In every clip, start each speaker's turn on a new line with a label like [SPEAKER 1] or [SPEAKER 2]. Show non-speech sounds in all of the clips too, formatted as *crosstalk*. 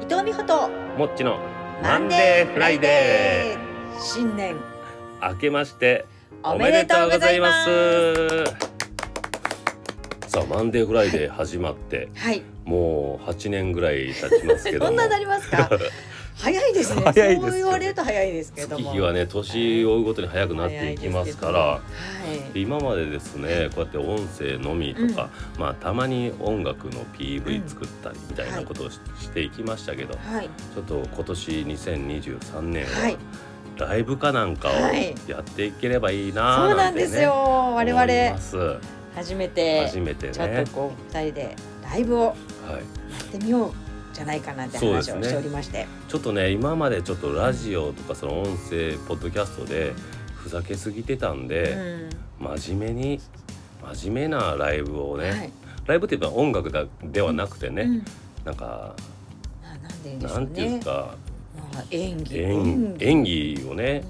[SPEAKER 1] 伊藤美穂と
[SPEAKER 2] もっちのマンデーフライデ
[SPEAKER 1] ー新年
[SPEAKER 2] ー明けまして
[SPEAKER 1] お
[SPEAKER 2] お
[SPEAKER 1] め
[SPEAKER 2] め
[SPEAKER 1] で
[SPEAKER 2] で
[SPEAKER 1] と
[SPEAKER 2] と
[SPEAKER 1] う
[SPEAKER 2] う
[SPEAKER 1] ご
[SPEAKER 2] ご
[SPEAKER 1] ざ
[SPEAKER 2] ざ
[SPEAKER 1] い
[SPEAKER 2] い
[SPEAKER 1] ま
[SPEAKER 2] ますすさあマンデーフライデー始まって
[SPEAKER 1] はい
[SPEAKER 2] もう8年ぐらい経ちますけ *laughs*
[SPEAKER 1] ど
[SPEAKER 2] ども
[SPEAKER 1] んなになります *laughs* か早いですね
[SPEAKER 2] 早いです
[SPEAKER 1] そ
[SPEAKER 2] ね
[SPEAKER 1] う言われると早いですけど
[SPEAKER 2] 月
[SPEAKER 1] も
[SPEAKER 2] 日はね年を追うごとに早くなっていきますから
[SPEAKER 1] 早いですけどもはい
[SPEAKER 2] 今までですねこうやって音声のみとか、まあたまに音楽の PV 作ったりみたいなことをし,、ていきましたけど
[SPEAKER 1] はい
[SPEAKER 2] ちょっと今年2023年は、
[SPEAKER 1] はい
[SPEAKER 2] ライブかなんかを
[SPEAKER 1] はい
[SPEAKER 2] やっていければいいな
[SPEAKER 1] そ
[SPEAKER 2] ー
[SPEAKER 1] うな
[SPEAKER 2] なんん
[SPEAKER 1] で
[SPEAKER 2] て、ね
[SPEAKER 1] すよ我
[SPEAKER 2] 思い
[SPEAKER 1] 々
[SPEAKER 2] ます
[SPEAKER 1] 初めて
[SPEAKER 2] 初めてね
[SPEAKER 1] ちょっとこう二人でライブをや
[SPEAKER 2] は
[SPEAKER 1] っ
[SPEAKER 2] い
[SPEAKER 1] てみようじゃないかなって話
[SPEAKER 2] そう
[SPEAKER 1] を
[SPEAKER 2] ですね
[SPEAKER 1] しておりまして
[SPEAKER 2] ちょっとね今までちょっとラジオとかその音声ポッドキャストでふざけすぎてたんで、真面目に真面目なライブを
[SPEAKER 1] うん
[SPEAKER 2] ね、
[SPEAKER 1] はい
[SPEAKER 2] ライブっていうのは音楽だではなくてね、
[SPEAKER 1] うん
[SPEAKER 2] なんか
[SPEAKER 1] あなんて言うんでしょ
[SPEAKER 2] な
[SPEAKER 1] うん
[SPEAKER 2] ていうん
[SPEAKER 1] ね
[SPEAKER 2] ですか、
[SPEAKER 1] まあ演技
[SPEAKER 2] 演
[SPEAKER 1] 技
[SPEAKER 2] 演技をね、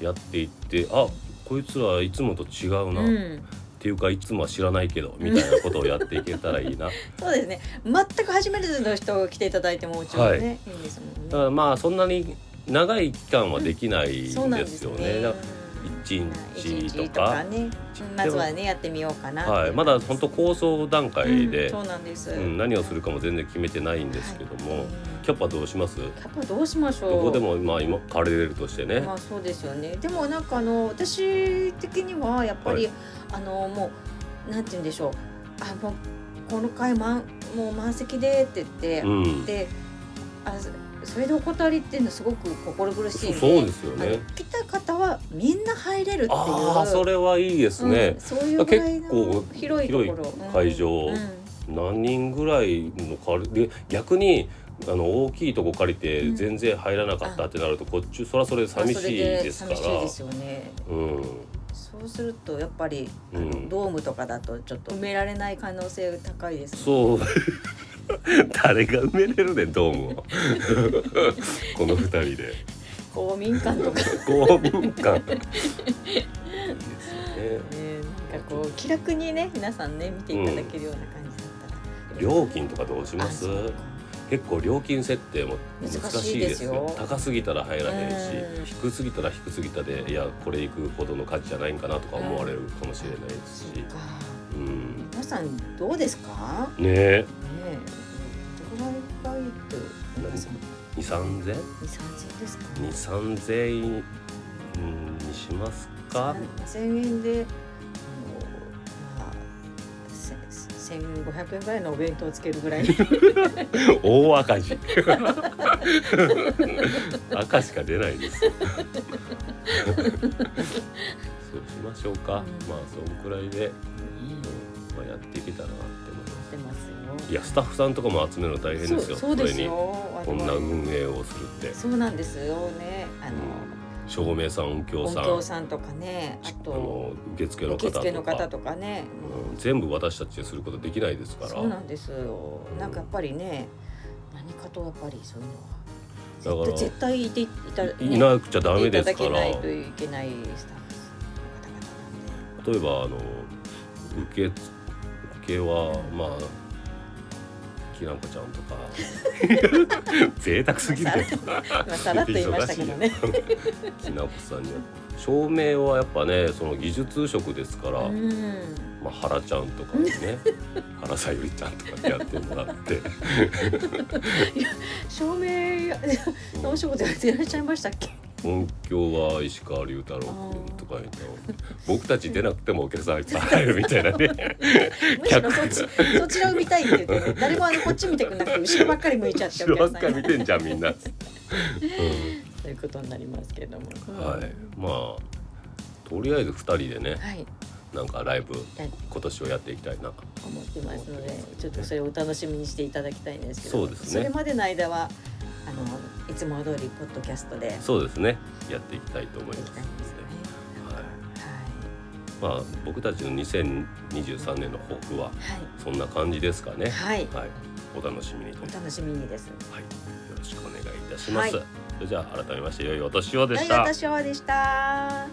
[SPEAKER 1] う
[SPEAKER 2] やっていってあこいつらいつもと違うんな、
[SPEAKER 1] う
[SPEAKER 2] っ
[SPEAKER 1] ん
[SPEAKER 2] ていうかいつもは知らないけどみたいなことをやっていけたらいいな
[SPEAKER 1] そうですね。全く初めての人が来ていただいてももちろんね、い、いんですもん
[SPEAKER 2] だ
[SPEAKER 1] ね。
[SPEAKER 2] からまあそんなに長い期間はできないです
[SPEAKER 1] そ
[SPEAKER 2] よ
[SPEAKER 1] う
[SPEAKER 2] ね
[SPEAKER 1] なんですよね。
[SPEAKER 2] だ
[SPEAKER 1] うん
[SPEAKER 2] から一日とか
[SPEAKER 1] 一ね、まずはねやってみようかなっていう感じです。
[SPEAKER 2] はい、まだ本当構想段階
[SPEAKER 1] うん
[SPEAKER 2] で
[SPEAKER 1] そ、うなんです。
[SPEAKER 2] うん何をするかも全然決めてないんですけども、キャッパどうします
[SPEAKER 1] やっぱどうしましょう。
[SPEAKER 2] どこでもまあ今借りれるとしてね、
[SPEAKER 1] まあそうですよね。でもなんかあの私的にはやっぱり、あのもうなんて言うんでしょう。あもうこの回満もう満席でって言って、
[SPEAKER 2] うん
[SPEAKER 1] であそそれでお断りっていうのはすごく心苦しいん
[SPEAKER 2] そ
[SPEAKER 1] で
[SPEAKER 2] そうですよね
[SPEAKER 1] あの来た方はみんな入れるっていう
[SPEAKER 2] ああそれはいいですね
[SPEAKER 1] うん、そういうぐらいの
[SPEAKER 2] 結構
[SPEAKER 1] 広いところ
[SPEAKER 2] い会場
[SPEAKER 1] うんうん
[SPEAKER 2] 何人ぐらいの借りで逆にあの大きいとこ借りて
[SPEAKER 1] うん
[SPEAKER 2] 全然入らなかったってなると、こっちそらそれ寂しいですか
[SPEAKER 1] ま
[SPEAKER 2] ら
[SPEAKER 1] あそれで寂しいですよね
[SPEAKER 2] うん
[SPEAKER 1] そうするとやっぱり、あの
[SPEAKER 2] うん
[SPEAKER 1] ドームとかだとちょっと埋められない可能性が高いです、ね、
[SPEAKER 2] そう *laughs* 誰が埋めれるねんドー *laughs* ムをこの二人で。
[SPEAKER 1] 公民館とかね
[SPEAKER 2] 公民館いいですよね
[SPEAKER 1] *laughs* なんかこう気楽にね皆さんね見ていただけるような感じだったら、
[SPEAKER 2] 料金とかどうします
[SPEAKER 1] あそうか
[SPEAKER 2] 結構料金設定も難しいですよ
[SPEAKER 1] 難しいですよ
[SPEAKER 2] 高すぎたら入らへん
[SPEAKER 1] うん
[SPEAKER 2] し低すぎたら低すぎたでいやこれ行くほどの価値じゃないんかなとか思われるかもしれないです
[SPEAKER 1] そ
[SPEAKER 2] し
[SPEAKER 1] っか
[SPEAKER 2] うん
[SPEAKER 1] 皆さんどうですか
[SPEAKER 2] ねえ
[SPEAKER 1] ねえ、どれぐらいがいいと、なんかその
[SPEAKER 2] 2 3千
[SPEAKER 1] 二三千ですか。
[SPEAKER 2] 2 3千円うんにしますか
[SPEAKER 1] 三千円で、あのまあせ千五百円ぐらいのお弁当をつけるぐらい。
[SPEAKER 2] 大赤字赤しか出ないですそうしましょうか、
[SPEAKER 1] うん
[SPEAKER 2] まあそんくらいで、うん
[SPEAKER 1] 出
[SPEAKER 2] まあ、やっていけたらなって思いま
[SPEAKER 1] ます
[SPEAKER 2] すい
[SPEAKER 1] よ。
[SPEAKER 2] やスタッフさんとかも集めるの大変ですよ
[SPEAKER 1] そうそうですよ。
[SPEAKER 2] これにこんな
[SPEAKER 1] あの
[SPEAKER 2] 運営をするって
[SPEAKER 1] そうなんですよね。あの、
[SPEAKER 2] 照明さん音響
[SPEAKER 1] 音
[SPEAKER 2] さん
[SPEAKER 1] 響さんとかね、あ
[SPEAKER 2] あの
[SPEAKER 1] と
[SPEAKER 2] 受付の
[SPEAKER 1] 受
[SPEAKER 2] 方と
[SPEAKER 1] 付
[SPEAKER 2] か
[SPEAKER 1] の方とかね。
[SPEAKER 2] うん全部私たちですることできないですから
[SPEAKER 1] そうなんですよ。なんかやっぱりね、何かとやっぱりそういうのは。
[SPEAKER 2] だから
[SPEAKER 1] 絶対いていた、ね、
[SPEAKER 2] いなくちゃダメ
[SPEAKER 1] いた
[SPEAKER 2] で
[SPEAKER 1] だ
[SPEAKER 2] すか
[SPEAKER 1] け
[SPEAKER 2] ら
[SPEAKER 1] ないといけないスタッフの方々なんで
[SPEAKER 2] 例えばあの受け受けはまあきなこちゃんとか *laughs* 贅沢すぎる
[SPEAKER 1] 今さらっと言いましたけど
[SPEAKER 2] *laughs*
[SPEAKER 1] ね。
[SPEAKER 2] きなこさんには照明はやっぱねその技術職ですから、
[SPEAKER 1] うん
[SPEAKER 2] まあ原ちゃんとかにね *laughs* 原さゆりちゃんとかにやってもらって、
[SPEAKER 1] 照明
[SPEAKER 2] うん
[SPEAKER 1] のお仕事やっていらっしゃいましたっけ？
[SPEAKER 2] 音響は石川龍太郎君とか *laughs* にね僕たち出なくてもお客さんいっ *laughs* ぱい入るみたいな *laughs* ね
[SPEAKER 1] むしろそっちそちらを見たいって言
[SPEAKER 2] *laughs*
[SPEAKER 1] って、ね、誰もあのこっち見てくれなくて後ろばっかり向いちゃって
[SPEAKER 2] 後
[SPEAKER 1] お
[SPEAKER 2] ろ
[SPEAKER 1] 客
[SPEAKER 2] ばっ
[SPEAKER 1] さん
[SPEAKER 2] かり見
[SPEAKER 1] が
[SPEAKER 2] てんじゃんみん *laughs* な。うん
[SPEAKER 1] ということになりますけれども。
[SPEAKER 2] はい、まあとりあえず2人でね
[SPEAKER 1] はい。
[SPEAKER 2] なんかライブ
[SPEAKER 1] はい
[SPEAKER 2] 今年をやっていきたいな
[SPEAKER 1] 思ってますので
[SPEAKER 2] 思ってます、
[SPEAKER 1] ちょっとそれをお楽しみにしていただきたいんですけど、
[SPEAKER 2] そうですね
[SPEAKER 1] れまでの間はあのいつも通りポッドキャストでやって
[SPEAKER 2] そうですねやっていきたいと思い
[SPEAKER 1] いき
[SPEAKER 2] ます
[SPEAKER 1] たいんですよね。
[SPEAKER 2] はい
[SPEAKER 1] は。
[SPEAKER 2] まあ僕たちの2023年の抱負は
[SPEAKER 1] は
[SPEAKER 2] い
[SPEAKER 1] い。
[SPEAKER 2] そんな感じですかね
[SPEAKER 1] はい。
[SPEAKER 2] はいお楽しみにと、は
[SPEAKER 1] お楽しみにです。
[SPEAKER 2] い、よろしくお願いいたします、
[SPEAKER 1] は
[SPEAKER 2] それじゃあ改めまして良いお年をで
[SPEAKER 1] はい、
[SPEAKER 2] した
[SPEAKER 1] 私はでした。